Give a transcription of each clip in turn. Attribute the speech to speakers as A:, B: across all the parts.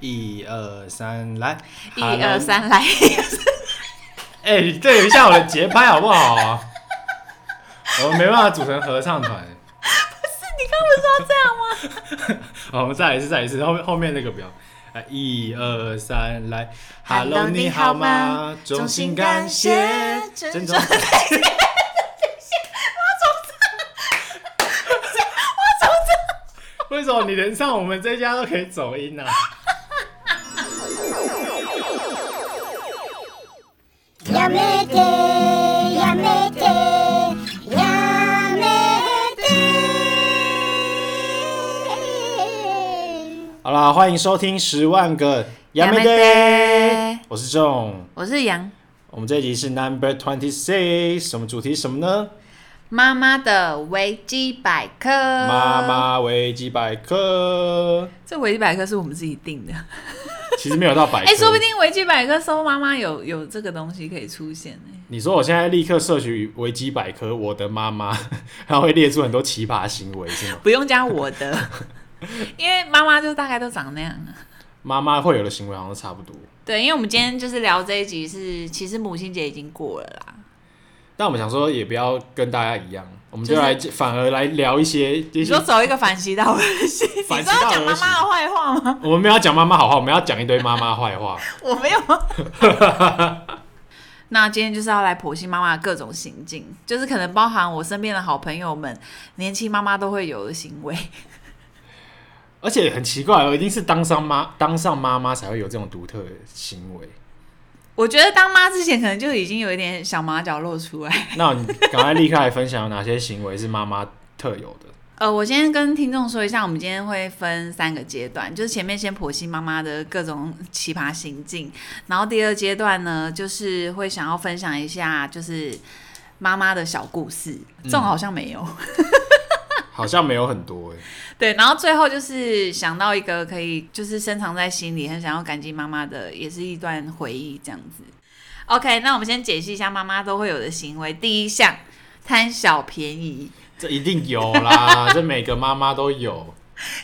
A: 一二三，来，
B: 一
A: Hello
B: 二，三，来，
A: 哎、这有一下我的节拍好不好 啊？我们没办法组成合唱团。不是，你刚不是要这样吗？好，我们再来一次，再来一次，后面后面那个不要。来，一二三，来
B: Hello，
A: ，Hello，你
B: 你
A: 好
B: 好
A: 吗
B: 吗？
A: 衷
B: 衷
A: 心
B: 心
A: 感
B: 感
A: 谢
B: 谢，
A: 珍
B: 珍
A: 重。为什么你连上我们这家都可以走音呢、啊？
C: やめてやめてやめて
A: 好啦，欢迎收听十万个亚美
B: 亚美
A: 爹
B: 爹，
A: 我是仲。
B: 我是杨
A: 我们这一集是 Number Twenty Six，什么主题什么呢？
B: 妈妈的维基百科。
A: 妈，妈维基百 科，
B: 这维基百科是我们自己定的。
A: 其实没有到百
B: 哎、
A: 科。
B: 说不定维基百科搜妈妈有有这个东西可以出现呢、
A: 你说我现在立刻摄取维基百科，我的妈妈， 她会列出很多奇葩行为，是吗？
B: 不用加我的， 因为妈妈就大概都长那样啊。
A: 妈妈会有的行为好像差不多，
B: 对，因为我们今天就是聊这一集是，其实母亲节已经过了啦。
A: 但我们想说也不要跟大家一样，我们就
B: 就是
A: 来、反而来聊一些，一
B: 你
A: 些
B: 说走一个反其道而行，你
A: 反
B: 知
A: 其道
B: 道
A: 而行
B: 讲妈妈的坏话吗？
A: 我们没有要讲妈妈好话，我们要讲一堆妈妈坏话。
B: 我没有。 那今天就是要来剖析妈妈的各种行径，就是可能包含我身边的好朋友们，年轻妈妈都会有的行为。
A: 而且很奇怪，哦，一定是当上妈当上妈妈才会有这种独特的行为。
B: 我觉得当妈之前，可能就已经有一点小马脚露出来。
A: 那你赶快立刻来分享有哪些行为是妈妈特有的？
B: 呃，我先跟听众说一下，我们今天会分三个阶段，就是前面先剖析妈妈的各种奇葩行径，然后第二阶段呢，就是会想要分享一下，就是妈妈的小故事。这种好像没有。
A: 好像没有很多哎、
B: 对，然后最后就是想到一个可以就是深藏在心里，很想要感激妈妈的，也是一段回忆这样子。OK，那我们先解析一下妈妈都会有的行为。第一项，贪小便宜，
A: 这一定有啦，这每个妈妈都有。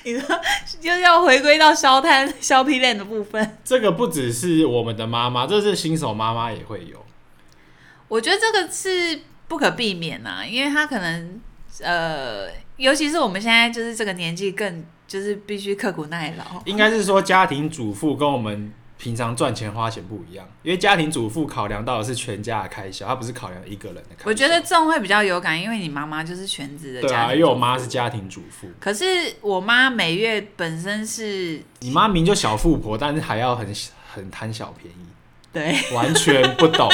B: 就是要回归到消贪、消皮恋的部分。
A: 这个不只是我们的妈妈，这是新手妈妈也会有。
B: 我觉得这个是不可避免啊，因为他可能呃，尤其是我们现在就是这个年纪，更就是必须刻苦耐劳。
A: 应该是说家庭主妇跟我们平常赚钱花钱不一样，因为家庭主妇考量到的是全家的开销，她不是考量一个人的开销。
B: 我觉得这种会比较有感，因为你妈妈就是全职的
A: 对
B: 家
A: 啊，
B: 庭
A: 因为我
B: 主
A: 妈
B: 妇
A: 是家庭主妇，
B: 可是我妈每月本身是
A: 你妈明就小富婆，但是还要很很贪小便宜，
B: 对，
A: 完全不 懂。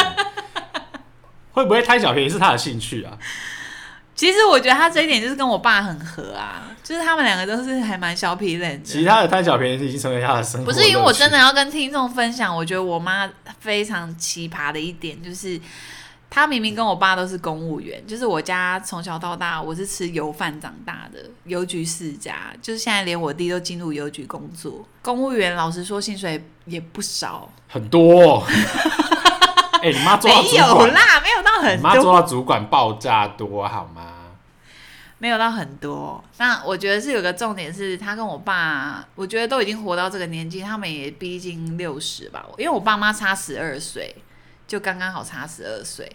A: 会不会贪小便宜是她的兴趣啊？
B: 其实我觉得她这一点就是跟我爸很合啊，就是他们两个都是还蛮小痞人
A: 其
B: 的。
A: 他的贪小便宜已经成为她的生活
B: 不
A: 乐趣。
B: 是因为我真的要跟听众分享，我觉得我妈非常奇葩的一点就是，她明明跟我爸都是公务员，就是我家从小到大我是吃油饭长大的，邮局世家，就是现在连我弟都进入邮局工作。公务员老实说薪水也不少，
A: 很多、 哦。哎、你妈做
B: 没
A: 到主
B: 有
A: 管，
B: 啦，没有到很
A: 你
B: 多
A: 妈做到主管爆炸多好吗？
B: 没有到很多。那我觉得是有个重点是，他跟我爸，我觉得都已经活到这个年纪，他们也逼近六十吧。因为我爸妈差十二岁，就刚刚好差十二岁。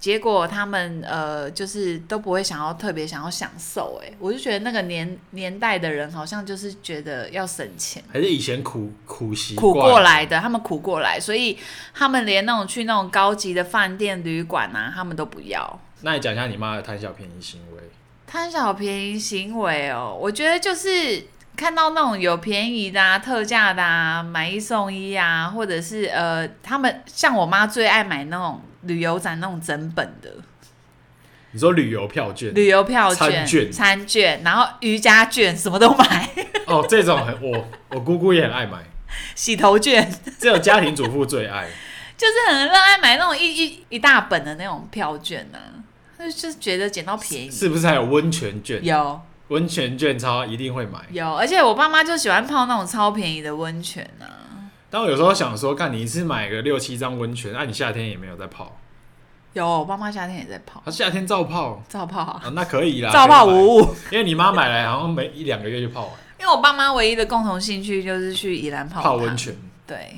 B: 结果他们呃，就是都不会想要特别想要享受、欸。我就觉得那个年年代的人好像就是觉得要省钱。
A: 还是以前苦苦习惯
B: 苦过来的，他们苦过来，所以他们连那种去那种高级的饭店、旅馆啊，他们都不要。
A: 那你讲一下你妈的贪小便宜行为。
B: 贪小便宜行为哦，我觉得就是看到那种有便宜的啊、特价的啊、买一送一啊，或者是呃，他们像我妈最爱买那种旅游展那种整本的
A: 你说旅游票券
B: 旅游票
A: 餐券
B: 餐券，然后瑜伽券什么都买，
A: 哦，这种很我 我姑姑也很爱买，
B: 洗头券，
A: 只有家庭主妇最爱。
B: 就是很热爱买那种一一一大本的那种票券啊，就是觉得捡到便宜。
A: 是不是还有温泉券？
B: 嗯有
A: 温泉券超一定会买。
B: 有，而且我爸妈就喜欢泡那种超便宜的温泉啊。
A: 但我有时候想说，看你一次买个六七张温泉，那、啊你夏天也没有在泡，
B: 有，我爸妈夏天也在泡
A: 他、，夏天照泡
B: 照泡啊。
A: 啊，那可以啦，
B: 照泡无
A: 误。
B: 误。
A: 因为你妈买来好像没一两个月就泡完，
B: 因为我爸妈唯一的共同兴趣就是去宜兰泡
A: 泡
B: 汤
A: 温，泉。
B: 对，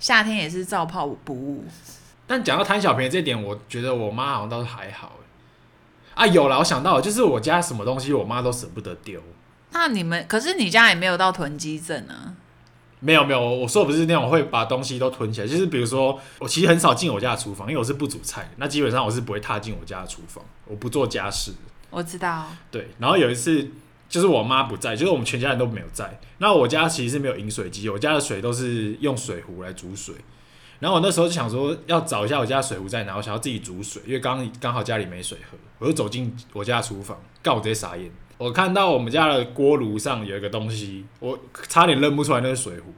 B: 夏天也是照泡不误。
A: 但讲到贪小便宜这点，我觉得我妈好像倒是还好欸、啊，有啦，我想到了，就是我家什么东西，我妈都舍不得丢。
B: 那你们可是你家也没有到囤积症啊？
A: 没有没有，我我说的不是那种会把东西都囤起来，就是比如说，我其实很少进我家的厨房，因为我是不煮菜的，那基本上我是不会踏进我家的厨房，我不做家事。
B: 我知道，
A: 对，然后有一次就是我妈不在，就是我们全家人都没有在。那我家其实是没有饮水机，我家的水都是用水壶来煮水。然后我那时候就想说要找一下我家水壶在哪，我想要自己煮水，因为刚刚好家里没水喝，我就走进我家的厨房，干我直接傻眼，我看到我们家的锅炉上有一个东西，我差点认不出来那是水壶。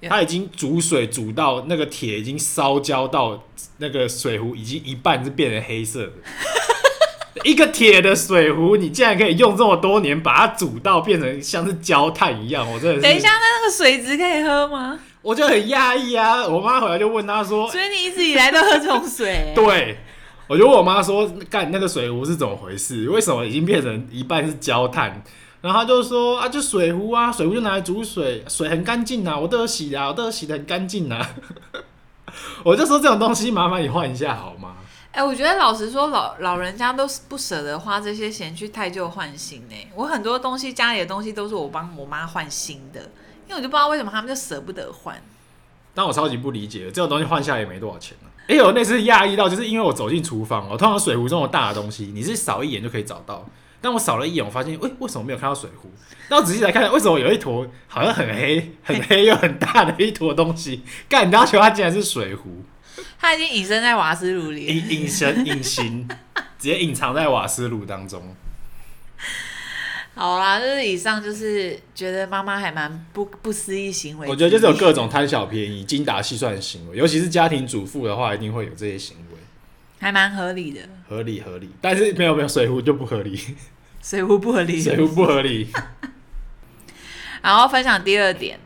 B: Yeah.
A: 它已经煮水煮到那个铁已经烧焦到那个水壶已经一半是变成黑色的，一个铁的 水壶，你竟然可以用这么多年把它煮到变成像是焦炭一样，我真的是。
B: 等一下，，那那个水质可以喝 吗？
A: 我就很压抑啊！我妈回来就问她说
B: 所以你一直以来都喝这种 水、：“
A: 对。”我就问我妈说：“干那个水壶是怎么回事？为什么已经变成一半是焦炭？”然后她就说：“啊，就水壶啊，水壶就拿来煮水，水很干净啊，我都有洗啊，我都有洗的很干净啊。” 我就说这种东西麻烦你换一下好吗？
B: 哎、我觉得老实说，老老人家都是不舍得花这些钱去太旧换新呢、我很多东西，家里的东西都是我帮我妈换新的，因为我就不知道为什么他们就舍不得换。
A: 但我超级不理解，这种东西换下来也没多少钱啊。因为我那次压抑到，就是因为我走进厨房哦，通常水壶这种大的东西，你是扫一眼就可以找到。但我扫了一眼，我发现，喂、为什么没有看到水壶？那我仔细来看，为什么有一坨好像很黑、很黑又很大的一坨东西？干，你当球它竟然是水壶，
B: 他已经隐身在瓦斯炉里了。
A: 隐隐身、隐形， 直接隐藏在瓦斯炉当中。
B: 好啦，就是以上就是觉得妈妈还蛮不不思议行为之一。
A: 我觉得就是有各种贪小便宜、精打细算的行为，尤其是家庭主妇的话，一定会有这些行为，
B: 还蛮合理的，
A: 合理合理。但是没有没有水壶就不合 理。
B: 水壶不合理。
A: 水壶不合理。
B: 然后分享第二点，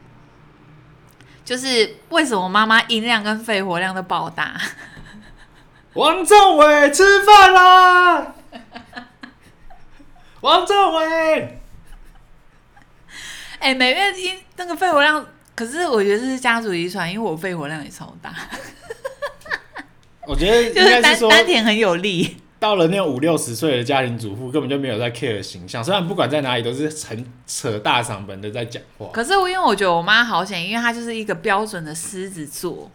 B: 就是为什么妈妈音量跟肺活量都爆大？
A: 王政委吃饭 啦！王政委，
B: 哎、每月音那个肺活量，可是我觉得这是家族遗传，因为我肺活量也超大，
A: 我觉得应
B: 就是
A: 该
B: 丹
A: 是说，
B: 丹田很有力。
A: 到了那种五六十岁的家庭主妇，根本就没有在 care 形象。虽然不管在哪里都是很扯大嗓门的在讲话，
B: 可是我因为我觉得我妈好险，因为她就是一个标准的狮子座。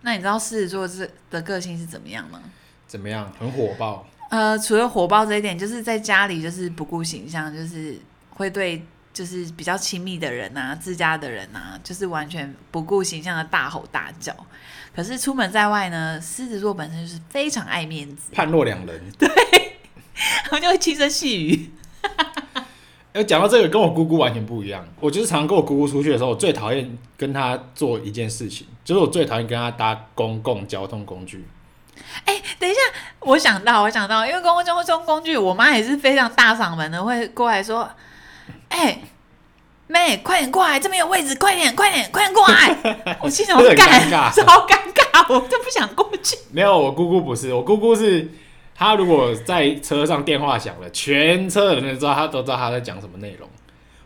B: 那你知道狮子座是的个性是怎么样吗？
A: 怎么样？很火爆，
B: 呃，除了火爆这一点，就是在家里就是不顾形象，就是会对就是比较亲密的人啊、自家的人啊，就是完全不顾形象的大吼大叫。可是出门在外呢，狮子座本身就是非常爱面子，
A: 判若两人。
B: 他们就会轻声细语。
A: 要哎讲到这个，跟我姑姑完全不一样。我就是常跟我姑姑出去的时候，我最讨厌跟她做一件事情，就是我最讨厌跟她搭公共交通工具。
B: 哎、等一下，我想到，我想到，因为公共交通工具，我妈也是非常大嗓门的，会过来说：“哎、妹，快点过来，这边有位置，快点，快点，快点过 来！”我心想
A: 这
B: 说，
A: 很
B: 干
A: 尴，尬
B: 超尴尬，我就不想过去。
A: 没有，我姑姑不是，我姑姑是她如果在车上电话响了，全车的人知道她都知道她在讲什么内容。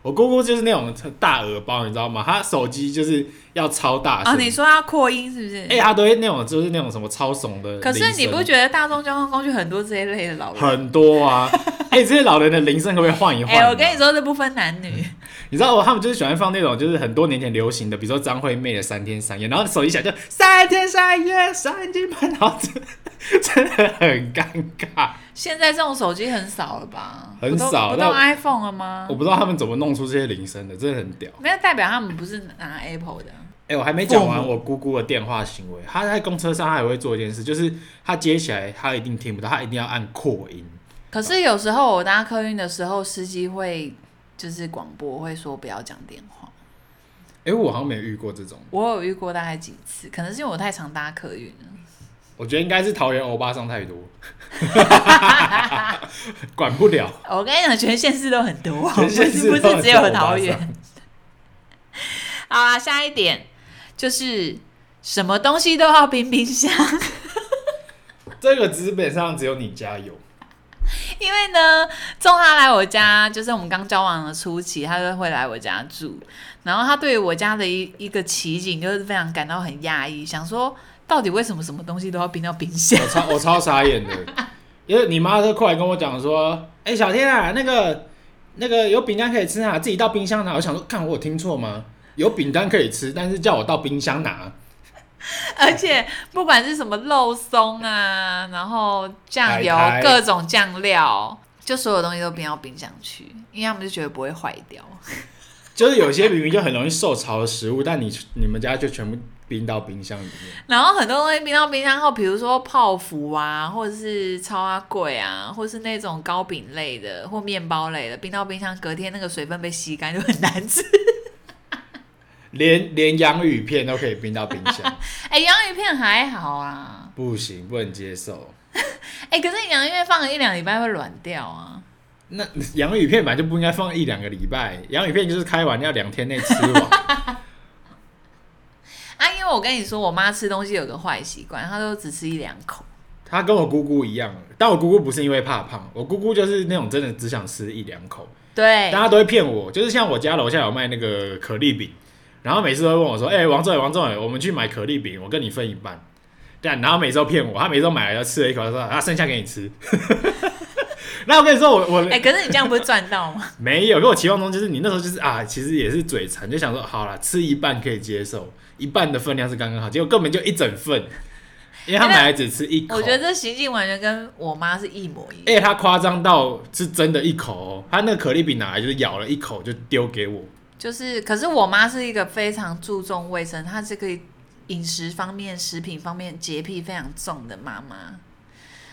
A: 我姑姑就是那种大耳包，你知道吗？她手机就是要超大声。
B: 啊，你说要扩音是不是？
A: 哎、她都会那种就是那种什么超怂的铃声。
B: 可是你不觉得大众交通工具很多这一类的老人？
A: 很多 啊？哎、这些老人的铃声可不可以换一换
B: 哎、
A: 啊？
B: 我跟你说，这不分男女，
A: 你知道我他们就是喜欢放那种就是很多年前流行的，比如说张惠妹的《三天三夜》，然后手一响就三天三夜三更半，然后这真的很尴尬。
B: 现在这种手机很少了吧？
A: 很
B: 不都
A: 少
B: 不
A: 那
B: 都
A: 我
B: iPhone 了吗
A: 我？不知道他们怎么弄出这些铃声的，真的很屌。
B: 没有代表他们不是拿 Apple 的。
A: 哎、我还没讲
B: 父
A: 完
B: 母
A: 我姑姑的电话行为。她在公车上，她也会做一件事，就是她接起来，她一定听不到，她一定要按扩音。
B: 可是有时候我搭客运的时候，司机会就是广播会说不要讲电话。
A: 哎、我好像没有遇过这种，
B: 我有遇过大概几次，可能是因为我太常搭客运了。
A: 我觉得应该是桃园欧巴上太多， 管不了。
B: 哦我跟你讲，全县市都很多，
A: 全县市
B: 不是
A: 都
B: 不是
A: 很多
B: 只有
A: 欧巴
B: 桃
A: 桑
B: 园。 好啦，下一点就是什么东西都要冰冰箱，
A: 这个基本上只有你家有，
B: 因为呢，仲他来我家，就是我们刚交往的初期，他就会来我家住。然后他对我家的一一个奇景，就是非常感到很讶异，想说到底为什么什么东西都要冰到冰箱？
A: 我超我超傻眼的， 因为你妈就过来跟我讲说，哎、小天啊，那个那个有饼干可以吃啊，自己到冰箱拿。我想说，看我有听错吗？有饼干可以吃，但是叫我到冰箱拿，
B: 而且不管是什么肉松啊，然后酱油
A: 海苔
B: 各种酱料，就所有东西都冰到冰箱去，因为他们就觉得不会坏掉。
A: 就是有些明明就很容易受潮的食物，但你你们家就全部冰到冰箱里面。
B: 然后很多东西冰到冰箱后，比如说泡芙啊，或者是超阿贵啊，或是那种糕饼类的或面包类的，冰到冰箱，隔天那个水分被吸干就很难吃。
A: 连连洋芋片都可以冰到冰箱，
B: 哎、洋芋片还好啊，
A: 不行，不能接受。
B: 哎、可是洋芋片放了一两礼拜会软掉啊。
A: 那洋芋片本来就不应该放一两个礼拜，洋芋片就是开完要两天内吃完。
B: 啊，因为我跟你说，我妈吃东西有个坏习惯，她都只吃一两口。
A: 她跟我姑姑一样，但我姑姑不是因为怕胖，我姑姑就是那种真的只想吃一两口，
B: 对
A: 大，家都会骗我。就是像我家楼下有卖那个可丽饼，然后每次都会问我说：“哎、王政伟，王政伟，我们去买可丽饼，我跟你分一半。”但然后每次都骗我，他每次都买了吃了一口，他说：“啊，剩下给你 吃。”那我跟你说，我我
B: 哎、可是你这样不是赚到吗？
A: 没有，跟我期望中就是你那时候就是啊，其实也是嘴馋，就想说好了，吃一半可以接受，一半的分量是刚刚好，结果根本就一整份，因为他买来只吃 一口。
B: 我觉得这行径完全跟我妈是一模一样。
A: 哎、他夸张到是真的一口、哦，他那个可丽饼拿来就是咬了一口就丢给我，
B: 就是，可是我妈是一个非常注重卫生，她这个饮食方面、食品方面洁癖非常重的妈妈。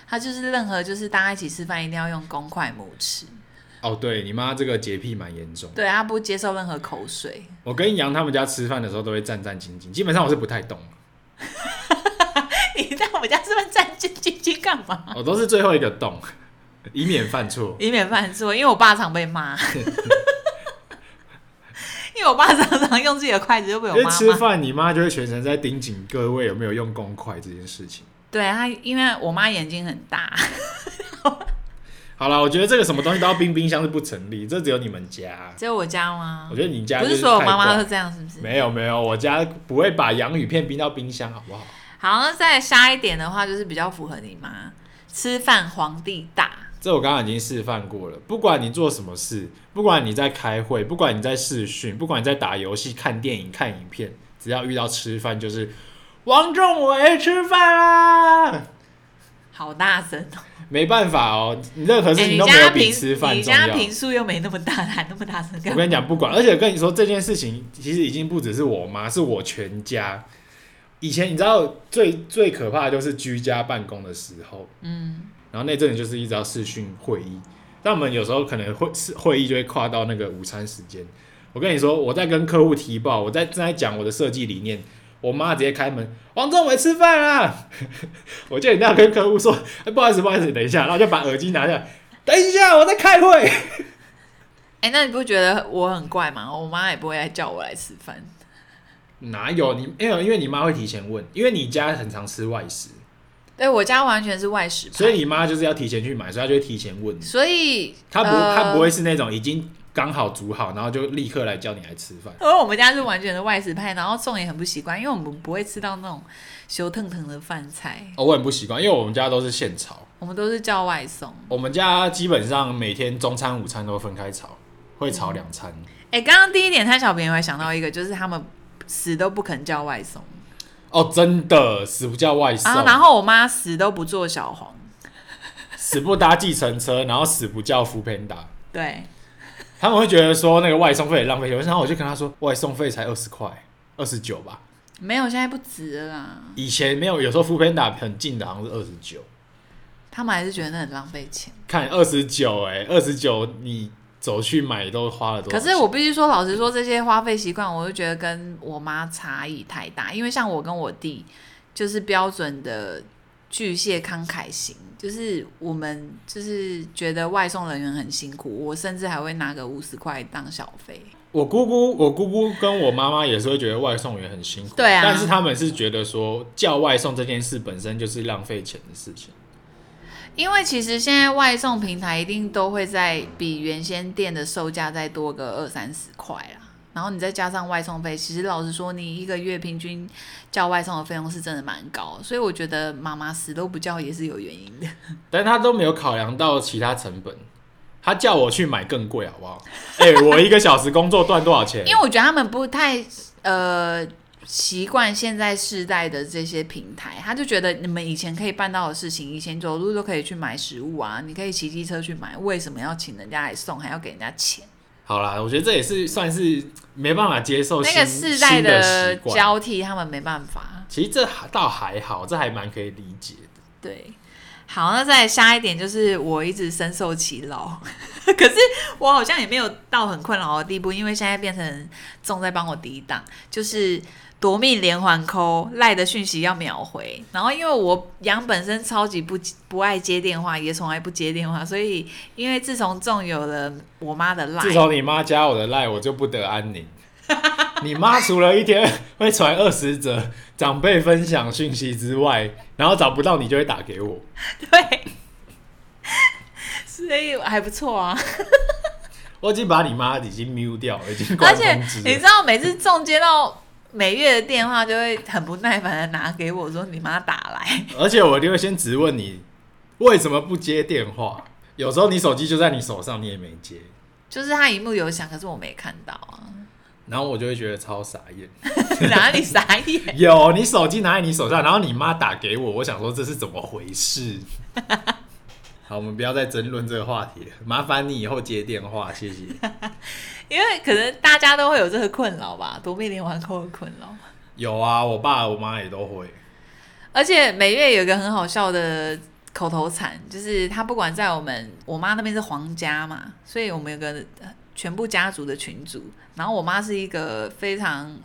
B: 她就是任何就是大家一起吃饭一定要用公筷母匙，
A: 哦，对你妈这个洁癖蛮严重。
B: 对啊她不接受任何口 水。
A: 我跟杨他们家吃饭的时候都会战战兢兢，基本上我是不太动，
B: 你在我们家这边战战兢兢干嘛？
A: 我都是最后一个动，以免犯错。
B: 以免犯错，因为我爸常 被骂。因为我爸常常用自己的筷子就被我
A: 因为
B: 妈
A: 吃
B: 骂，
A: 饭，你妈就会全程在盯紧各位有没有用公筷这件事情。
B: 对他，她因为我妈眼睛很大，
A: 好了，我觉得这个什么东西都要冰冰箱是不成立，这只有你们家。
B: 只有我家吗
A: 我？觉得你家
B: 不
A: 就是
B: 所有妈妈
A: 太
B: 都
A: 怪
B: 这样，是不是？
A: 没有没有，我家不会把洋芋片冰到冰箱，好不好？
B: 好，那再下一点的话，就是比较符合你妈吃饭皇帝大。
A: 这我刚刚已经示范过了。不管你做什么事，不管你在开会，不管你在视讯，不管你在打游戏、看电影、看影片，只要遇到吃饭，就是王仲伟吃饭啦。
B: 好大声哦！
A: 没办法哦，你任何事
B: 哎
A: 情
B: 你
A: 都没有
B: 家
A: 比
B: 平
A: 吃饭
B: 你
A: 重要。
B: 家平数又没那么大， 喊那么大声干
A: 我
B: 嘛？
A: 跟你讲，不管，而且跟你说这件事情，其实已经不只是我妈，是我全家。以前你知道最最可怕的就是居家办公的时候，
B: 嗯，
A: 然后那阵子就是一直要视讯会议，但我们有时候可能会是会议就会跨到那个午餐时间。我跟你说，我在跟客户提报，我在正在讲我的设计理念，我妈直接开门，王政伟吃饭啦！ 我就一定要跟客户说、哎不好意思，不好意思，等一下，然后就把耳机拿下来，等一下，我在开会。
B: 哎、那你不觉得我很怪吗？我妈也不会来叫我来吃饭。
A: 哪
B: 嗯
A: 有你没有？因为你妈会提前问，因为你家很常吃外食，
B: 对我家完全是外食派，
A: 所以你妈就是要提前去买，所以她就会提前问你。
B: 所以
A: 她不，
B: 呃
A: 她不会是那种已经刚好煮好，然后就立刻来叫你来吃饭。
B: 因为哦我们家是完全的外食派，然后粽也很不习惯，因为我们不会吃到那种油腾腾的饭菜，
A: 哦我很不习惯，因为我们家都是现炒，
B: 我们都是叫外送。
A: 我们家基本上每天中餐、午餐都分开炒，会炒两餐。
B: 哎、刚刚第一点贪小便宜，我还想到一个，就是他们死都不肯叫外送，啊
A: 哦，真的死不叫外送，
B: 然后然后我妈死都不做小黄，
A: 死不搭计程车，然后死不叫福平达。
B: 对，
A: 他们会觉得说那个外送费很浪费钱，然后我就跟他说，外送费才二十块，二十九吧。
B: 没有，现在不值了啦，
A: 以前没有，有时候 f o o p a n d a 很近的，好像是二十九。
B: 他们还是觉得那很浪费钱。
A: 看二十九，哎，二十九，你走去买都花了多少
B: 可
A: 钱？
B: 是我必须说，老实说，这些花费习惯，我就觉得跟我妈差异太大。因为像我跟我弟，就是标准的巨蟹慷慨型，就是我们就是觉得外送人员很辛苦，我甚至还会拿个五十块当小费。
A: 我姑姑，我姑姑跟我妈妈也是会觉得外送员很辛苦，
B: 对啊
A: 但是他们是觉得说叫外送这件事本身就是浪费钱的事情，
B: 因为其实现在外送平台一定都会在比原先店的售价再多个二三十块啦，然后你再加上外送费，其实老实说，你一个月平均叫外送的费用是真的蛮高，所以我觉得妈妈死都不叫也是有原因的。
A: 但他都没有考量到其他成本。他叫我去买更贵，好不好？ 哎、我一个小时工作赚多少钱？
B: 因为我觉得他们不太呃习惯现在世代的这些平台，他就觉得你们以前可以办到的事情，以前走路都可以去买食物啊，你可以骑机车去买，为什么要请人家来送，还要给人家钱？
A: 好啦，我觉得这也是算是没办法接受
B: 那
A: 新
B: 个世代
A: 新的习惯。
B: 交替，他们没办法。
A: 其实这倒还好，这还蛮可以理解的。
B: 对，好，那再来下一点就是我一直深受其扰， 可是我好像也没有到很困扰的地步，因为现在变成重在帮我抵挡，就是夺命连环扣赖的讯息要秒回，然后因为我杨本身超级不不爱接电话，也从来不接电话，所以因为自从重有了我妈的赖，
A: 自从你妈加我的赖，我就不得安宁。 你妈除了一天会传二十则长辈分享讯息之外，然后找不到你就会打给我。
B: 对， 所以还不错啊。
A: 我已经把你妈已经 mute 掉了，已经关
B: 而且
A: 通知
B: 你知
A: 了。
B: 道，每次中接到每月的电话，就会很不耐烦的拿给我说：“你妈打来。
A: 而且我一定会先质问你为什么不接电话。有时候你手机就在你手上，你也没接，”
B: 就是他荧幕有响，可是我没看到啊，
A: 然后我就会觉得超傻眼。
B: 哪里傻眼？
A: 有你手机拿在你手上，然后你妈打给我，我想说这是怎么回事？ 好，我们不要再争论这个话题了，麻烦你以后接电话，谢谢。
B: 因为可能大家都会有这个困扰吧，夺命连环扣的困扰。
A: 有啊，我爸我妈也都会。
B: 而且每月有一个很好笑的口头禅，就是他不管在我们我妈那边是皇家嘛，所以我们有个呃全部家族的群组，然后我妈是一个非常。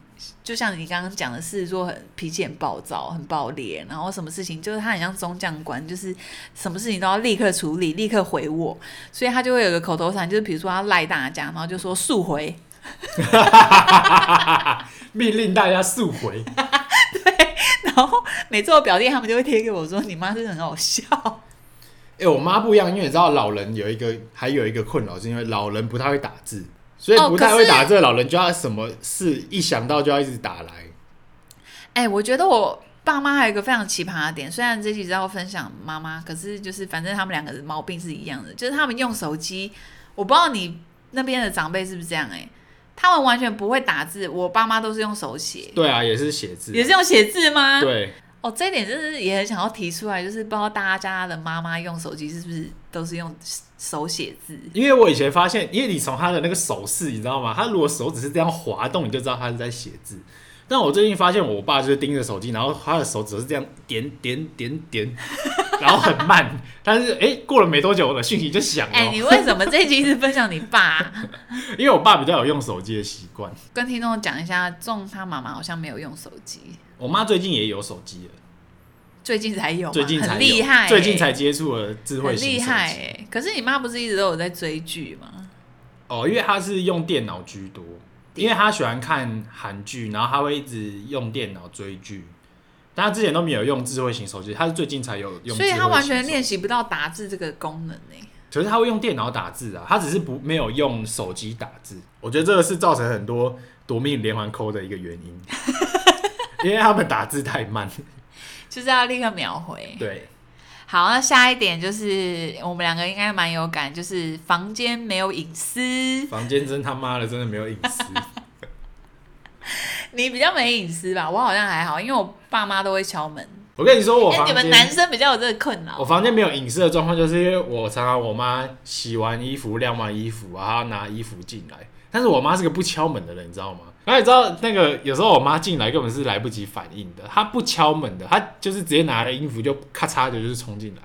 B: 就像你刚刚讲的，狮子座很脾气很暴躁，很暴烈，然后什么事情就是他很像中将官，就是什么事情都要立刻处理，立刻回我，所以他就会有个口头禅，就是比如说他赖大家，然后就说速回，
A: 命令大家速回，
B: 然后每次我表弟他们就会贴给我说你妈真的很好笑，
A: 哎、我妈不一样，因为你知道老人有一个，还有一个困扰，是因为老人不太会打字，所以
B: 哦
A: 不太
B: 可
A: 会
B: 是
A: 打字的老人就要什么事一想到就要一直打来。
B: 哎、我觉得我爸妈还有一个非常奇葩的点，虽然这集是要分享妈妈，可是就是反正他们两个的毛病是一样的，就是他们用手机，我不知道你那边的长辈是不是这样哎、他们完全不会打字，我爸妈都是用手写，
A: 对啊，也是写字，
B: 也是用写字吗？，
A: 对。
B: 哦，这一点真是也很想要提出来，就是不知道大家的妈妈用手机是不是都是用手写字？
A: 因为我以前发现，因为你从他的那个手势，你知道吗？他如果手指是这样滑动，你就知道他是在写字。但我最近发现，我爸就是盯着手机，然后他的手指是这样点点点点， 然后很慢。但是哎、诶过了没多久，我的讯息就响了
B: 哎、
A: 哦、
B: 你为什么这一集是分享你爸 啊、
A: 因为我爸比较有用手机的习惯，
B: 跟听众讲一下，仲他妈妈好像没有用手机，
A: 我妈最近也有手机了，
B: 最近才有吗，
A: 最近才
B: 很
A: 有
B: 厉害欸、
A: 最近才接触了智慧
B: 很
A: 型
B: 厉
A: 手
B: 害
A: 机。
B: 哎、可是你妈不是一直都有在追剧吗？
A: 哦，因为他是用电脑居多，因为他喜欢看韩剧，然后他会一直用电脑追剧。但他之前都没有用智慧型手机，他是最近才有用。
B: 所以她完全练，习不到打字这个功能欸呢、
A: 可是他会用电脑打字啊，他只是不没有用手机打字。我觉得这个是造成很多夺命连环扣的一个原因， 因为他们打字太慢。
B: 就是要立刻秒回。
A: 对，
B: 好，那下一点就是我们两个应该蛮有感，就是房间没有隐私。
A: 房间真他妈的真的没有隐私。
B: 你比较没隐私吧？我好像还好，因为我爸妈都会敲门。
A: 我跟你说，我
B: 因为
A: 房
B: 你
A: 间
B: 们男生比较有这个困
A: 我
B: 扰。
A: 房间没有隐私的状况，就是因为我常常我妈洗完衣服、晾完衣服，然后拿衣服进来。但是我妈是个不敲门的人，你知道吗？然后你知道那个有时候我妈进来根本是来不及反应的，她不敲门的，她就是直接拿了衣服就咔嚓的，就是冲进来。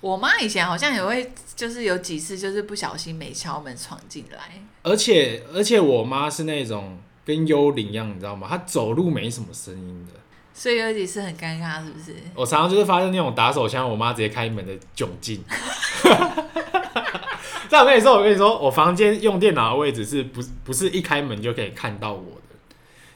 B: 我妈以前好像也会，就是有几次就是不小心没敲门闯进来。
A: 而且而且我妈是那种跟幽灵一样，你知道吗？她走路没什么声音的。
B: 所以有几次很尴尬，是不是？
A: 我常常就是发生那种打手枪，我妈直接开门的窘境。 但我跟你说，我跟你说，我房间用电脑的位置是不是不是一开门就可以看到我的？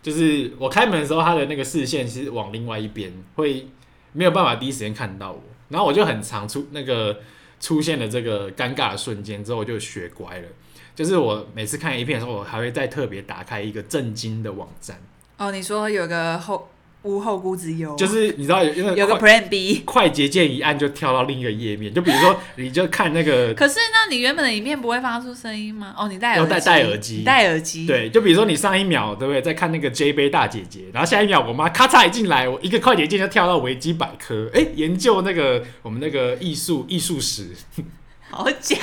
A: 就是我开门的时候，她的那个视线是往另外一边，会没有办法第一时间看到我。然后我就很常出那个出现了这个尴尬的瞬间之后，我就学乖了。就是我每次看 A 片的时候，我还会再特别打开一个震惊的网站，
B: 哦，你说有个后无后顾之忧，
A: 就是你知道有那
B: 有个
A: 快
B: Plan B。
A: 快捷键一按就跳到另一个页面，就比如说你就看那个
B: 可是那你原本的影片不会发出声音吗？哦，你戴
A: 要
B: 耳
A: 戴
B: 机
A: 戴耳机
B: 你戴耳机，，
A: 对，就比如说你上一秒对不对，在看那个 J 杯大姐姐，然后下一秒我妈咔嚓一进来，我一个快捷键就跳到维基百科，哎，研究那个我们那个艺术艺术史。
B: 好假。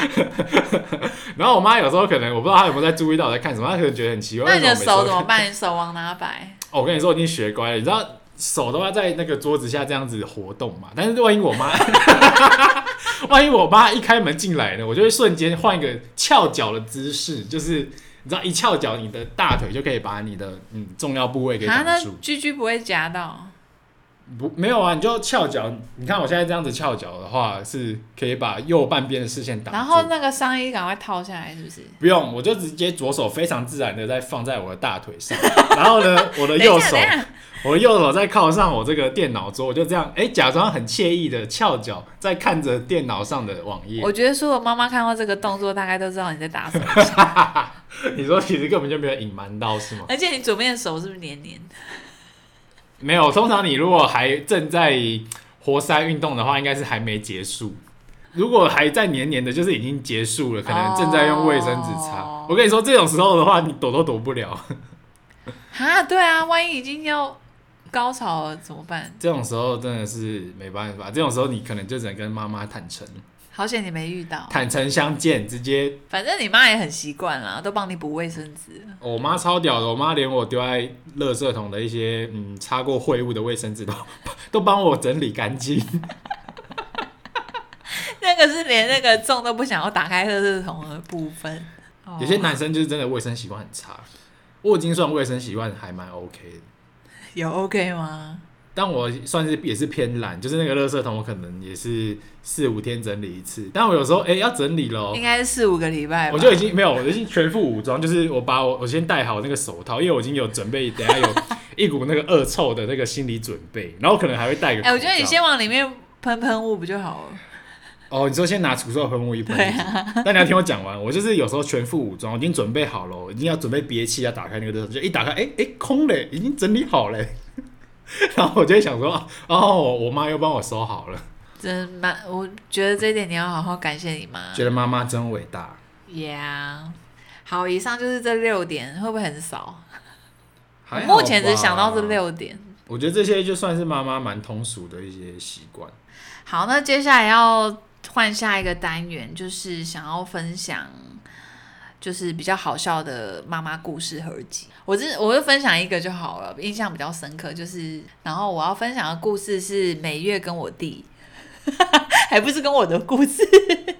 A: 然后我妈有时候可能我不知道她有没有在注意到我在看什么，她可能觉得很奇怪。
B: 那你的
A: 为什么我
B: 手
A: 每次都
B: 怎么办？你手往哪摆？
A: 哦我跟你说，我已经学乖了，你知道手都要在那个桌子下这样子活动嘛。但是万一我妈， 万一我妈一开门进来呢，我就会瞬间换一个翘脚的姿势，就是你知道一翘脚，你的大腿就可以把你的嗯重要部位给
B: 啊，
A: 挡
B: 那
A: 住。
B: 居居不会夹到。
A: 不，没有啊，你就翘脚。你看我现在这样子翘脚的话，是可以把右半边的视线挡住。
B: 然后那个上衣赶快套下来，是不是？
A: 不用，我就直接左手非常自然的在放在我的大腿上， 然后呢，我的
B: 等一
A: 右
B: 下，
A: 手
B: 等，一下，
A: 我的右手在靠上我这个电脑桌，我就这样，哎、假装很惬意的翘脚在看着电脑上的网页
B: 我。觉得所有妈妈看到这个动作，大概都知道你在打什么。
A: 你说其实根本就没有隐瞒到是吗？
B: 而且你左边的手是不是黏黏？
A: 没有，通常你如果还正在活塞运动的话，应该是还没结束。如果还在黏黏的，就是已经结束了，可能正在用卫生纸擦。
B: 哦
A: 我跟你说，这种时候的话，你躲都躲不了。
B: 啊，对啊，万一已经要高潮了怎么办？
A: 这种时候真的是没办法，这种时候你可能就只能跟妈妈坦诚，
B: 好险你没遇到，
A: 坦诚相见，直接。
B: 反正你妈也很习惯啦，都帮你补卫生纸了。
A: 我妈超屌的，我妈连我丢在垃圾桶的一些嗯擦过秽物的卫生纸都 都帮我整理干净。
B: 那个是连那个粽都不想要打开垃圾桶的部分。哦
A: 有些男生就是真的卫生习惯很差，我已经算卫生习惯还蛮 OK 的。
B: 有 OK 吗？
A: 但我算是也是偏懒，就是那个垃圾桶，我可能也是四五天整理一次。但我有时候哎、诶要整理了，
B: 应该是四五个礼拜吧。
A: 我就已经没有，我已经全副武装，就是我把我我先戴好那个手套，因为我已经有准备，等一下有一股那个恶臭的那个心理准备，然后可能还会戴个口
B: 哎、
A: 罩。
B: 我觉得你先往里面喷喷雾不就好了？
A: 哦，你说先拿除臭喷雾一喷
B: 对，啊
A: 但你要听我讲完，我就是有时候全副武装，我已经准备好了，我已经要准备憋气要打开那个热水，就一打开，哎哎空嘞，已经整理好嘞，然后我就会想说，哦，我妈又帮我收好了，
B: 真蛮，我觉得这一点你要好好感谢你妈。
A: 觉得妈妈真伟大。
B: Yeah，好，以上就是这六点，会不会很少？
A: 还好
B: 目前只想到这
A: 吧，
B: 六点。
A: 我觉得这些就算是妈妈蛮通俗的一些习惯。
B: 好，那接下来要换下一个单元，就是想要分享，就是比较好笑的妈妈故事合集。我只我就分享一个就好了，印象比较深刻。就是，然后我要分享的故事是每月跟我弟， 还不是跟我的故事。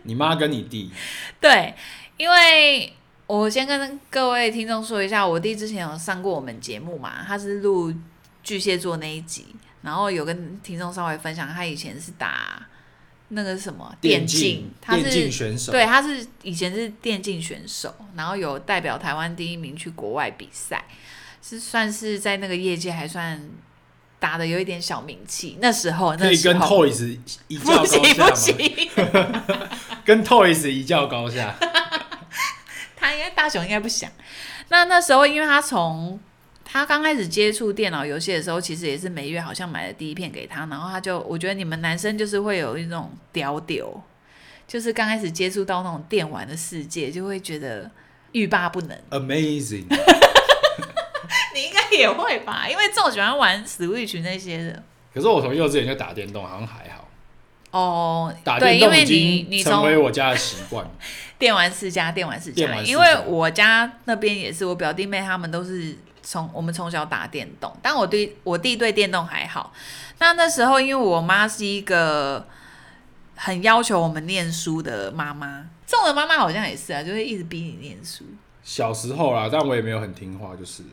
A: 你妈跟你 弟，
B: 对，因为我先跟各位听众说一下，我弟之前有上过我们节目嘛，他是录巨蟹座那一集，然后有跟听众稍微分享，他以前是打那个什么电竞，他
A: 电竞
B: 是
A: 选手，
B: 对，他是以前是电竞选手，然后有代表台湾第一名去国外比赛，是算是在那个业界还算。打的有一点小名气，那时候
A: 可
B: 那
A: 以
B: 时
A: 跟
B: 候
A: Toys 一较高
B: 不行
A: 下
B: 不
A: 吗？
B: 行，
A: 跟 Toys 一较高下，
B: 他应该大雄应该不想。那那时候，因为他从他刚开始接触电脑游戏的时候，其实也是每月好像买了第一片给他，然后他就我觉得你们男生就是会有一种屌屌，就是刚开始接触到那种电玩的世界，就会觉得欲罢不能。
A: Amazing，
B: 你应该也会吧？因为这种喜欢玩 Switch 那些的
A: 可是我从幼稚园就打电动，好像还好。
B: 哦
A: 打，
B: 对，
A: 电
B: 因
A: 动已
B: 为你
A: 经
B: 你
A: 成为
B: 从
A: 我家的习惯。
B: 电玩世家，电玩世
A: 电
B: 家，
A: 玩世家
B: 因为我家那边也是，我表弟妹他们都是从我们从小打电动，但我对我弟对电动还好。那那时候因为我妈是一个很要求我们念书的妈妈，这种的妈妈好像也是啊，就会一直逼你念书。
A: 小时候啦，但我也没有很听话，就是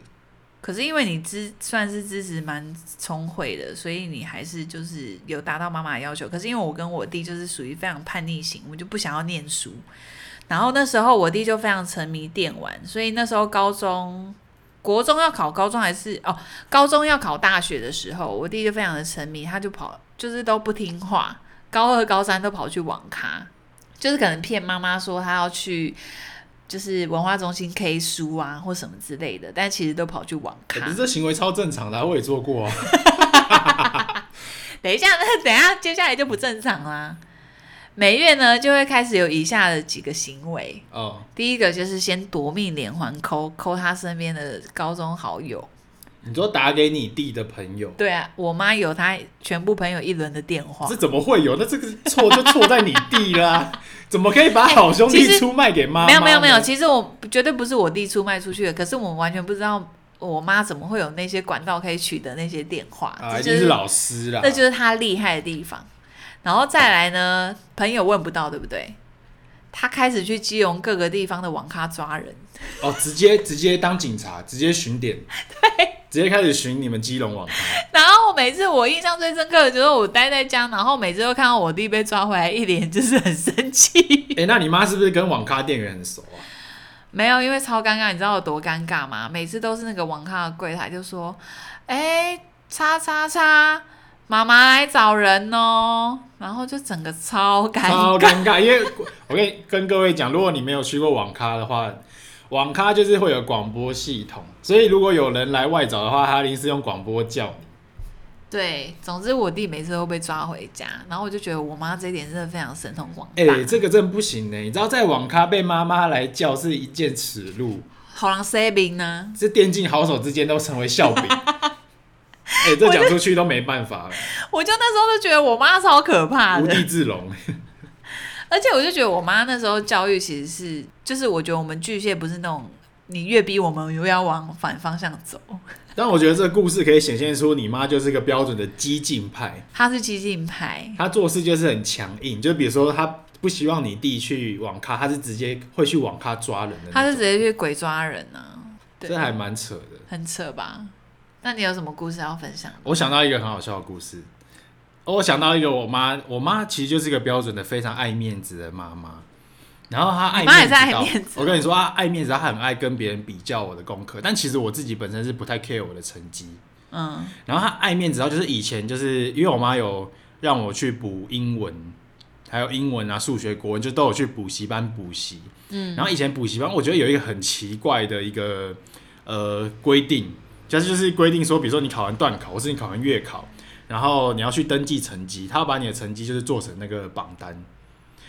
B: 可是因为你支算是支持蛮聪慧的，所以你还是就是有达到妈妈的要求。可是因为我跟我弟就是属于非常叛逆型，我就不想要念书。然后那时候我弟就非常沉迷电玩，所以那时候高中、国中要考高中还是哦，高中要考大学的时候，我弟就非常的沉迷，他就跑就是都不听话。高二、高三都跑去网咖，就是可能骗妈妈说她要去。就是文化中心 K 书啊，或什么之类的，但其实都跑去网
A: 可
B: 咖
A: 是。这行为超正常的啊、我也做过啊。
B: 等一下，那等一下，接下来就不正常啦。每月呢，就会开始有以下的几个行为。
A: 哦，
B: 第一个就是先夺命连环抠抠他身边的高中好友，
A: 你说打给你弟的朋友，
B: 对啊，我妈有她全部朋友一轮的电话
A: 这。怎么会有？那这个错就错在你弟啦、怎么可以把好兄
B: 哎
A: 弟
B: 其实
A: 出卖给妈妈呢？
B: 没有没有没有，其实我绝对不是我弟出卖出去的，可是我们完全不知道我妈怎么会有那些管道可以取得那些电话，
A: 啊，一
B: 这
A: 定
B: 就是
A: 老师啦。
B: 这就是他厉害的地方。然后再来呢，朋友问不到，对不对？他开始去基隆各个地方的网咖抓人，
A: 哦，直接直接当警察，直接巡点，对，直接开始巡你们基隆网咖。
B: 然后我每次我印象最深刻的就是我待在家，然后每次都看到我弟被抓回来，一脸就是很生气。
A: 哎、那你妈是不是跟网咖店员很熟啊？
B: 没有，因为超尴尬，你知道有多尴尬吗？每次都是那个网咖的柜台就说：“哎，叉叉叉，妈妈来找人哦。”然后就整个超尴
A: 超
B: 尬，
A: 尴尬，因为我跟你跟各位讲，如果你没有去过网咖的话，网咖就是会有广播系统，所以如果有人来外找的话，他临时用广播叫你。
B: 对，总之我弟每次都被抓回家，然后我就觉得我妈这一点真的非常神通广大。
A: 哎、这个真的不行呢、你知道在网咖被妈妈来叫是一件耻辱，
B: 好狼 saving 呢？
A: 这电竞好手之间都成为笑 柄。哎、这讲出去都没办法了，
B: 我就那时候就觉得我妈超可怕
A: 无
B: 的，
A: 地自容。
B: 而且我就觉得我妈那时候教育其实是，就是我觉得我们巨蟹不是那种你越逼我们越要往反方向走，
A: 但我觉得这个故事可以显现出你妈就是个标准的激进派，
B: 她是激进派，
A: 她做事就是很强硬，就比如说她不希望你弟去网咖，她是直接会去网咖抓人的那种，
B: 她是直接去鬼抓人啊，对
A: 这，还蛮扯的。
B: 很扯吧？那你有什么故事要分享？
A: 我想到一个很好笑的故事，哦我想到一个我妈，我妈其实就是一个标准的非常爱面子的妈妈。然后她爱
B: 你妈也
A: 面子
B: 是
A: 到，
B: 爱面子
A: 我跟你说，她爱面子，她很爱跟别人比较我的功课，但其实我自己本身是不太 care 我的成绩。
B: 嗯
A: 然后她爱面子到，就是以前就是因为我妈有让我去补英文，还有英文啊、数学、国文，就都有去补习班补习。
B: 嗯
A: 然后以前补习班，我觉得有一个很奇怪的一个呃规定，就是就是规定说，比如说你考完段考，或是你考完月考，然后你要去登记成绩，他要把你的成绩就是做成那个榜单。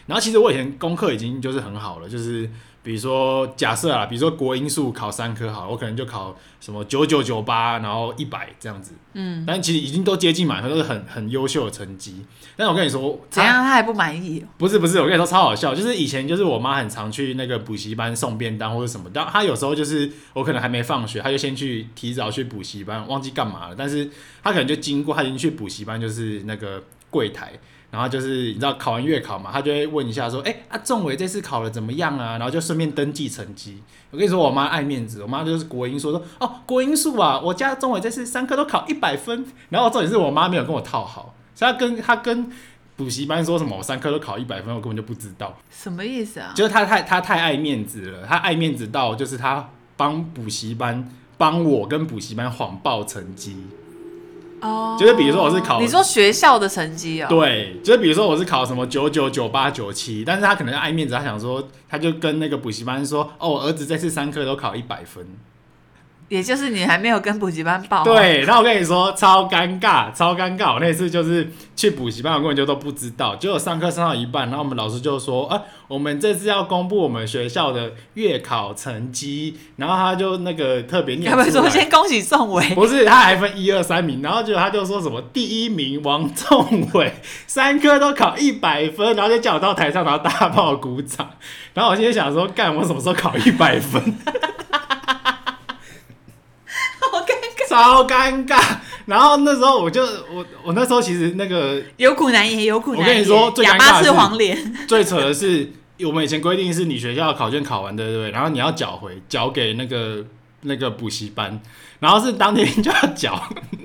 A: 然后其实我以前功课已经就是很好了，就是比如说假设啊，比如说国英数考三科好了，我可能就考什么九九九八，然后一百这样子，
B: 嗯，
A: 但其实已经都接近满分，都是很很优秀的成绩。但我跟你说，
B: 怎
A: 他
B: 样？她还不满意哦？
A: 不是不是，我跟你说超好笑，就是以前就是我妈很常去那个补习班送便当或者什么，但她有时候就是我可能还没放学，她就先去提早去补习班，忘记干嘛了，但是她可能就经过，她已经去补习班就是那个柜台，然后就是你知道考完月考嘛，她就会问一下说，哎、啊仲伟这次考的怎么样啊？然后就顺便登记成绩。我跟你说，我妈爱面子，我妈就是国英说说哦国英数啊，我家仲伟这次三科都考一百分，然后重点是我妈没有跟我套好， 所以她跟她跟。补习班说什么我三科都考一百分，我根本就不知道。
B: 什么意思啊？
A: 就是他太他太爱面子了，他爱面子到就是他帮补习班帮我跟补习班谎报成绩。
B: 哦
A: 就是比如说我是考
B: 你说学校的成绩哦，
A: 对，就是比如说我是考什么九九九八九七，但是他可能爱面子，他想说他就跟那个补习班说，哦，我儿子这次三科都考一百分。
B: 也就是你还没有跟补习班报、，啊
A: 对，然后我跟你说超尴尬，超尴尬。我那次就是去补习班，我根本就都不知道，结果上课上到一半，然后我们老师就说：“啊，我们这次要公布我们学校的月考成绩。”然后他就那个特别念
B: 该
A: 出
B: 不会说
A: 来。
B: 先恭喜宋伟？
A: 不是，他还分一二三名，然后结果他就说什么第一名王仲伟 三科都考一百分，然后就叫我到台上，然后大爆鼓掌。然后我现在想说，干我什么时候考一百分？超
B: 好尴尬，
A: 尴尬。然后那时候我就我我那时候其实那个
B: 有苦难言，有苦难言。
A: 我跟你说最尴尬
B: 哑
A: 的
B: 巴
A: 是
B: 是黄连，
A: 最扯的是，我们以前规定是你学校考卷考完对不对？然后你要缴回，缴给那个那个补习班，然后是当天就要缴。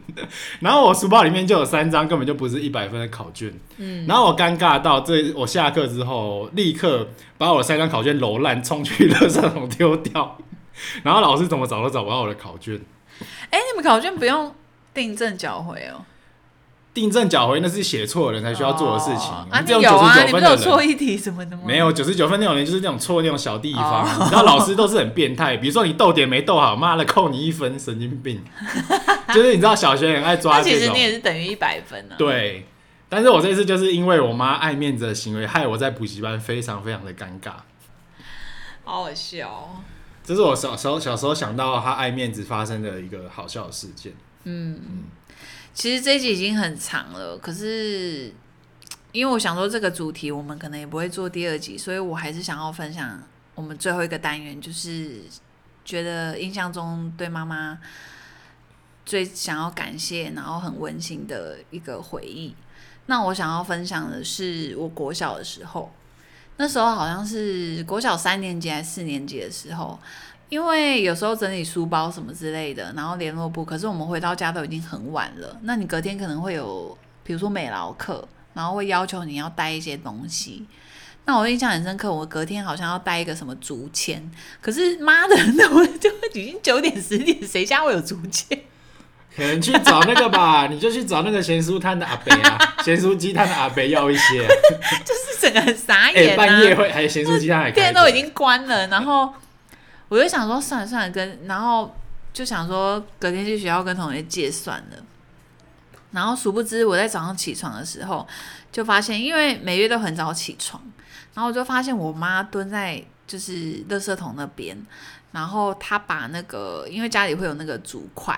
A: 然后我书包里面就有三张根本就不是一百分的考卷，嗯，然后我尴尬到这，我下课之后立刻把我的三张考卷揉烂，冲去垃圾桶丢掉。然后老师怎么找都找不到我的考卷，
B: 哎、你们考卷不用订正缴回哦。
A: 订正缴回那是写错的人才需要做的事情。
B: 哦
A: 我们
B: 啊，你
A: 这种
B: 有
A: 九
B: 啊，
A: 十
B: 你
A: 九分
B: 不是有
A: 的人
B: 错，一题什么的吗？
A: 没有九十九分那种人就是那种错那种小地方。
B: 嗯哦
A: 你知道老师都是很变态，比如说你逗点没逗好，妈的扣你一分，神经 病。就是你知道小学很爱抓
B: 那
A: 这种。
B: 其实你也是等于一百分啊。，
A: 对，但是我这次就是因为我妈爱面子的行为，害我在补习班非常非常的尴尬。
B: 好好笑、哦。
A: 这是我小时候小时候想到她爱面子发生的一个好笑的事件。
B: 其实这一集已经很长了，可是因为我想说这个主题我们可能也不会做第二集，所以我还是想要分享我们最后一个单元，就是觉得印象中对妈妈最想要感谢，然后很温馨的一个回忆。那我想要分享的是我国小的时候，那时候好像是国小三年级还是四年级的时候，因为有时候整理书包什么之类的，然后联络簿，可是我们回到家都已经很晚了。那你隔天可能会有，比如说美劳课，然后会要求你要带一些东西。那我印象很深刻，我隔天好像要带一个什么竹签，可是妈的，那我就已经九点十点，谁家会有竹签？
A: 可能去找那个吧， 你就去找那个咸酥摊的阿伯啊，咸酥鸡摊的阿伯要一 些。啊
B: 就是整个很傻
A: 哎、
B: 眼啊！
A: 半夜会还有咸酥鸡摊还开
B: 店
A: 着
B: 都已经关了，然后我就想说算了算了，跟然后就想说隔天去学校跟同学借算了。然后殊不知我在早上起床的时候，就发现因为每月都很早起床，然后我就发现我妈蹲在就是垃圾桶那边，然后她把那个因为家里会有那个竹块，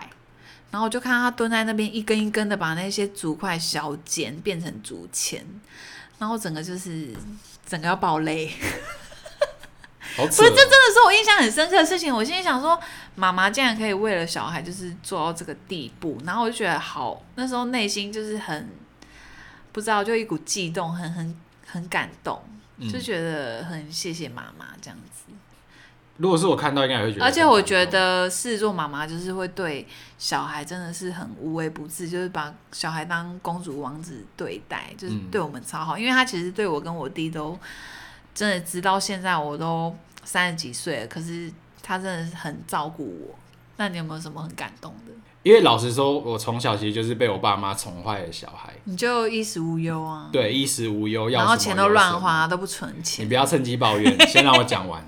B: 然后我就看她蹲在那边一根一根的把那些竹块削尖变成竹签，然后整个就是整个要爆泪。
A: 好扯
B: 所以
A: 哦、
B: 这真的是我印象很深刻的事情。我心里想说，妈妈竟然可以为了小孩就是做到这个地步，然后我就觉得好，那时候内心就是很不知道，就一股悸动，很很很感动，
A: 嗯
B: 就觉得很谢谢妈妈这样子。
A: 如果是我看到，应该也会觉得。
B: 而且我觉，得狮子座妈妈就是会对小孩真的是很无微不至，就是把小孩当公主王子对待，就是
A: 嗯
B: 对我们超好。因为他其实对我跟我弟都真的，直到现在我都三十几岁了，可是他真的是很照顾我。那你有没有什么很感动的？
A: 因为老实说，我从小其实就是被我爸妈宠坏的小孩，
B: 你就衣食无忧啊，
A: 对，衣食无忧，要
B: 然后
A: 什么
B: 钱
A: 有
B: 都
A: 什
B: 乱
A: 么
B: 花，都不存
A: 你
B: 钱。
A: 不要趁机抱 怨，先让我讲完。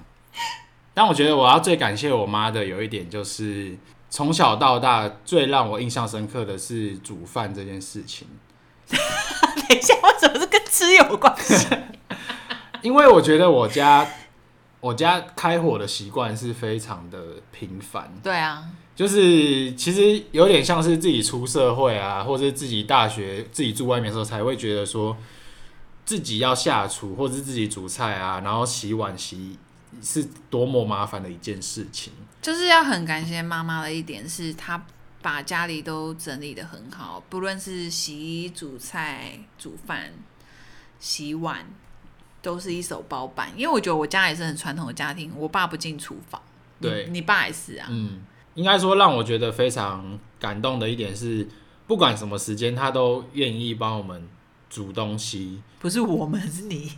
A: 但我觉得我要最感谢我妈的有一点就是，从小到大最让我印象深刻的是煮饭这件事情，
B: 等一下，为什么是跟吃有关 系？
A: 因为我觉得我家我家开火的习惯是非常的频繁，
B: 对啊，
A: 就是其实有点像是自己出社会啊，或者是自己大学自己住外面的时候，才会觉得说自己要下厨或者是自己煮菜啊，然后洗碗洗是多么麻烦的一件事情。
B: 就是要很感谢妈妈的一点是，她把家里都整理的很好，不论是洗衣、煮菜、煮饭、洗碗，都是一手包办。因为我觉得我家也是很传统的家庭，我爸不进厨房，
A: 对
B: 你你爸也是啊，
A: 嗯，应该说让我觉得非常感动的一点是，不管什么时间，他都愿意帮我们煮东西。
B: 不是我们是你，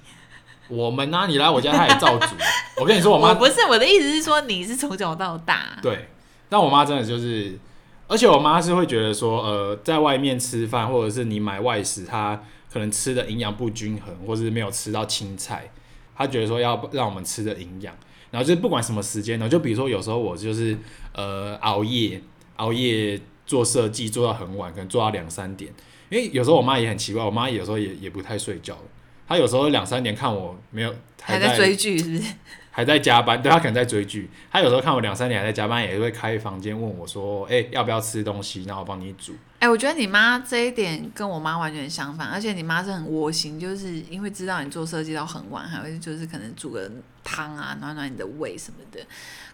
A: 我们呢、你来我家他也照煮。我跟你说，我
B: 我
A: 妈
B: 不是我的意思是说你是从小到大，
A: 对，但我妈真的就是，而且我妈是会觉得说，呃，在外面吃饭或者是你买外食，她可能吃的营养不均衡，或是没有吃到青菜，她觉得说要让我们吃的营养。然后就是不管什么时间呢，就比如说有时候我就是呃熬夜熬夜做设计做到很晚，可能做到两三点，因为有时候我妈也很奇怪，我妈有时候也也不太睡觉她有时候两三点看我没有
B: 还在追剧是不是？
A: 还在加班，对他可能在追剧。他有时候看我两三点还在加班，也会开房间问我说：“哎、要不要吃东西？然后我帮你 煮。
B: 哎、我觉得你妈这一点跟我妈完全相反，而且你妈是很窝心，就是因为知道你做设计到很晚，还会就是可能煮个汤啊，暖暖你的胃什么的。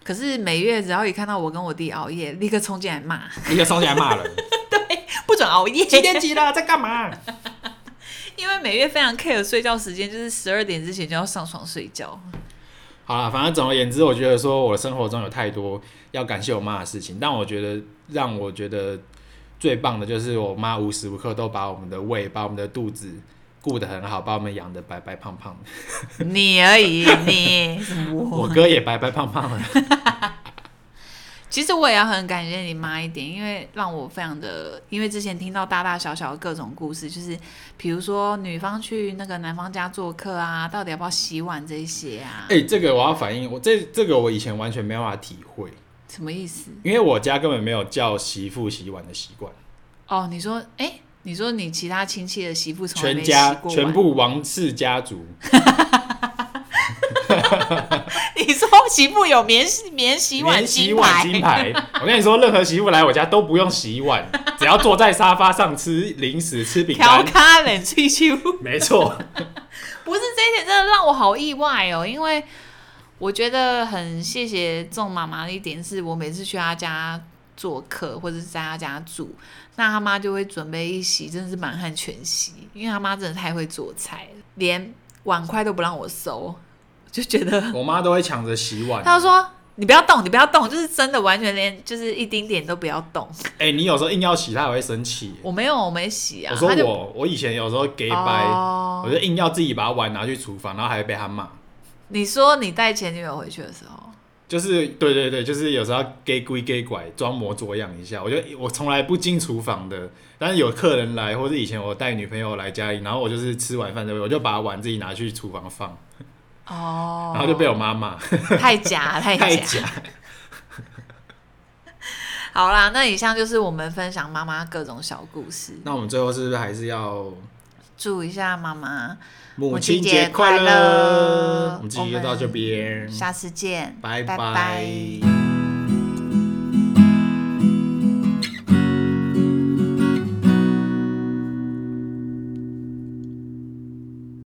B: 可是每月只要一看到我跟我弟熬夜，立刻冲进来骂，”
A: 立刻烧起来骂人，
B: 不准熬夜，
A: 几点几了，在干嘛？
B: 因为每月非常 care 睡觉时间，就是十二点之前就要上床睡觉。
A: 好了，反正总而言之，我觉得说我的生活中有太多要感谢我妈的事情，但我觉得让我觉得最棒的就是我妈无时无刻都把我们的胃、把我们的肚子顾得很好，把我们养得白白胖胖的。
B: 你而已，你 我
A: 我哥也白白胖胖的。
B: 其实我也要很感谢你妈一点，因为让我非常的，因为之前听到大大小小的各种故事，就是比如说女方去那个男方家做客啊，到底要不要洗碗这些啊，
A: 哎、这个我要反映，我这这个我以前完全没办法体会，
B: 什么意思？
A: 因为我家根本没有叫媳妇洗碗的习惯，
B: 哦，你说，哎、你说你其他亲戚的媳妇从来
A: 全
B: 没洗
A: 家
B: 过碗
A: 全，部王氏家族，
B: 你说媳妇有免洗免洗碗
A: 连
B: 金
A: 洗
B: 牌，
A: 碗金牌。我跟你说，任何媳妇来我家都不用洗 碗，只要坐在沙发上吃零食、吃饼
B: 调
A: 干，
B: 咖冷气球。
A: 没错，
B: 不是这一点真的让我好意外哦，因为我觉得很谢谢仲妈妈的一点是，我每次去她家做客或者是在她家住，那她妈就会准备一席，真的是满汉全席，因为她妈真的太会做菜了，连碗筷都不让我收，就觉得
A: 我妈都会抢着洗碗。
B: 她就说。你不要动，你不要动，就是真的完全连就是一丁点都不要动。：“
A: 哎、你有时候硬要洗，她还会生气。
B: 我没有，我没洗啊。
A: 我说
B: 她就
A: 我我以前有时候给掰、
B: 哦
A: 我就硬要自己把碗拿去厨房，然后还会被她骂。
B: 你说你带前女友回去的时候，
A: 就是对对对，就是有时候要给归给拐，装模作样一下。我就我从来不进厨房的，但是有客人来，或者以前我带女朋友来家里，然后我就是吃完饭之后，我就把碗自己拿去厨房放，
B: 哦，
A: 然后就被我妈骂，
B: 太假，太
A: 太
B: 假
A: 假。
B: 好啦，那以上就是我们分享妈妈各种小故事。
A: 那我们最后是不是还是要
B: 祝一下妈妈，
A: 母
B: 亲
A: 亲
B: 节
A: 节
B: 快
A: 快
B: 乐
A: 乐？我们这集就到这边，
B: 下次见，
A: 拜
B: 拜
A: 拜。
B: 拜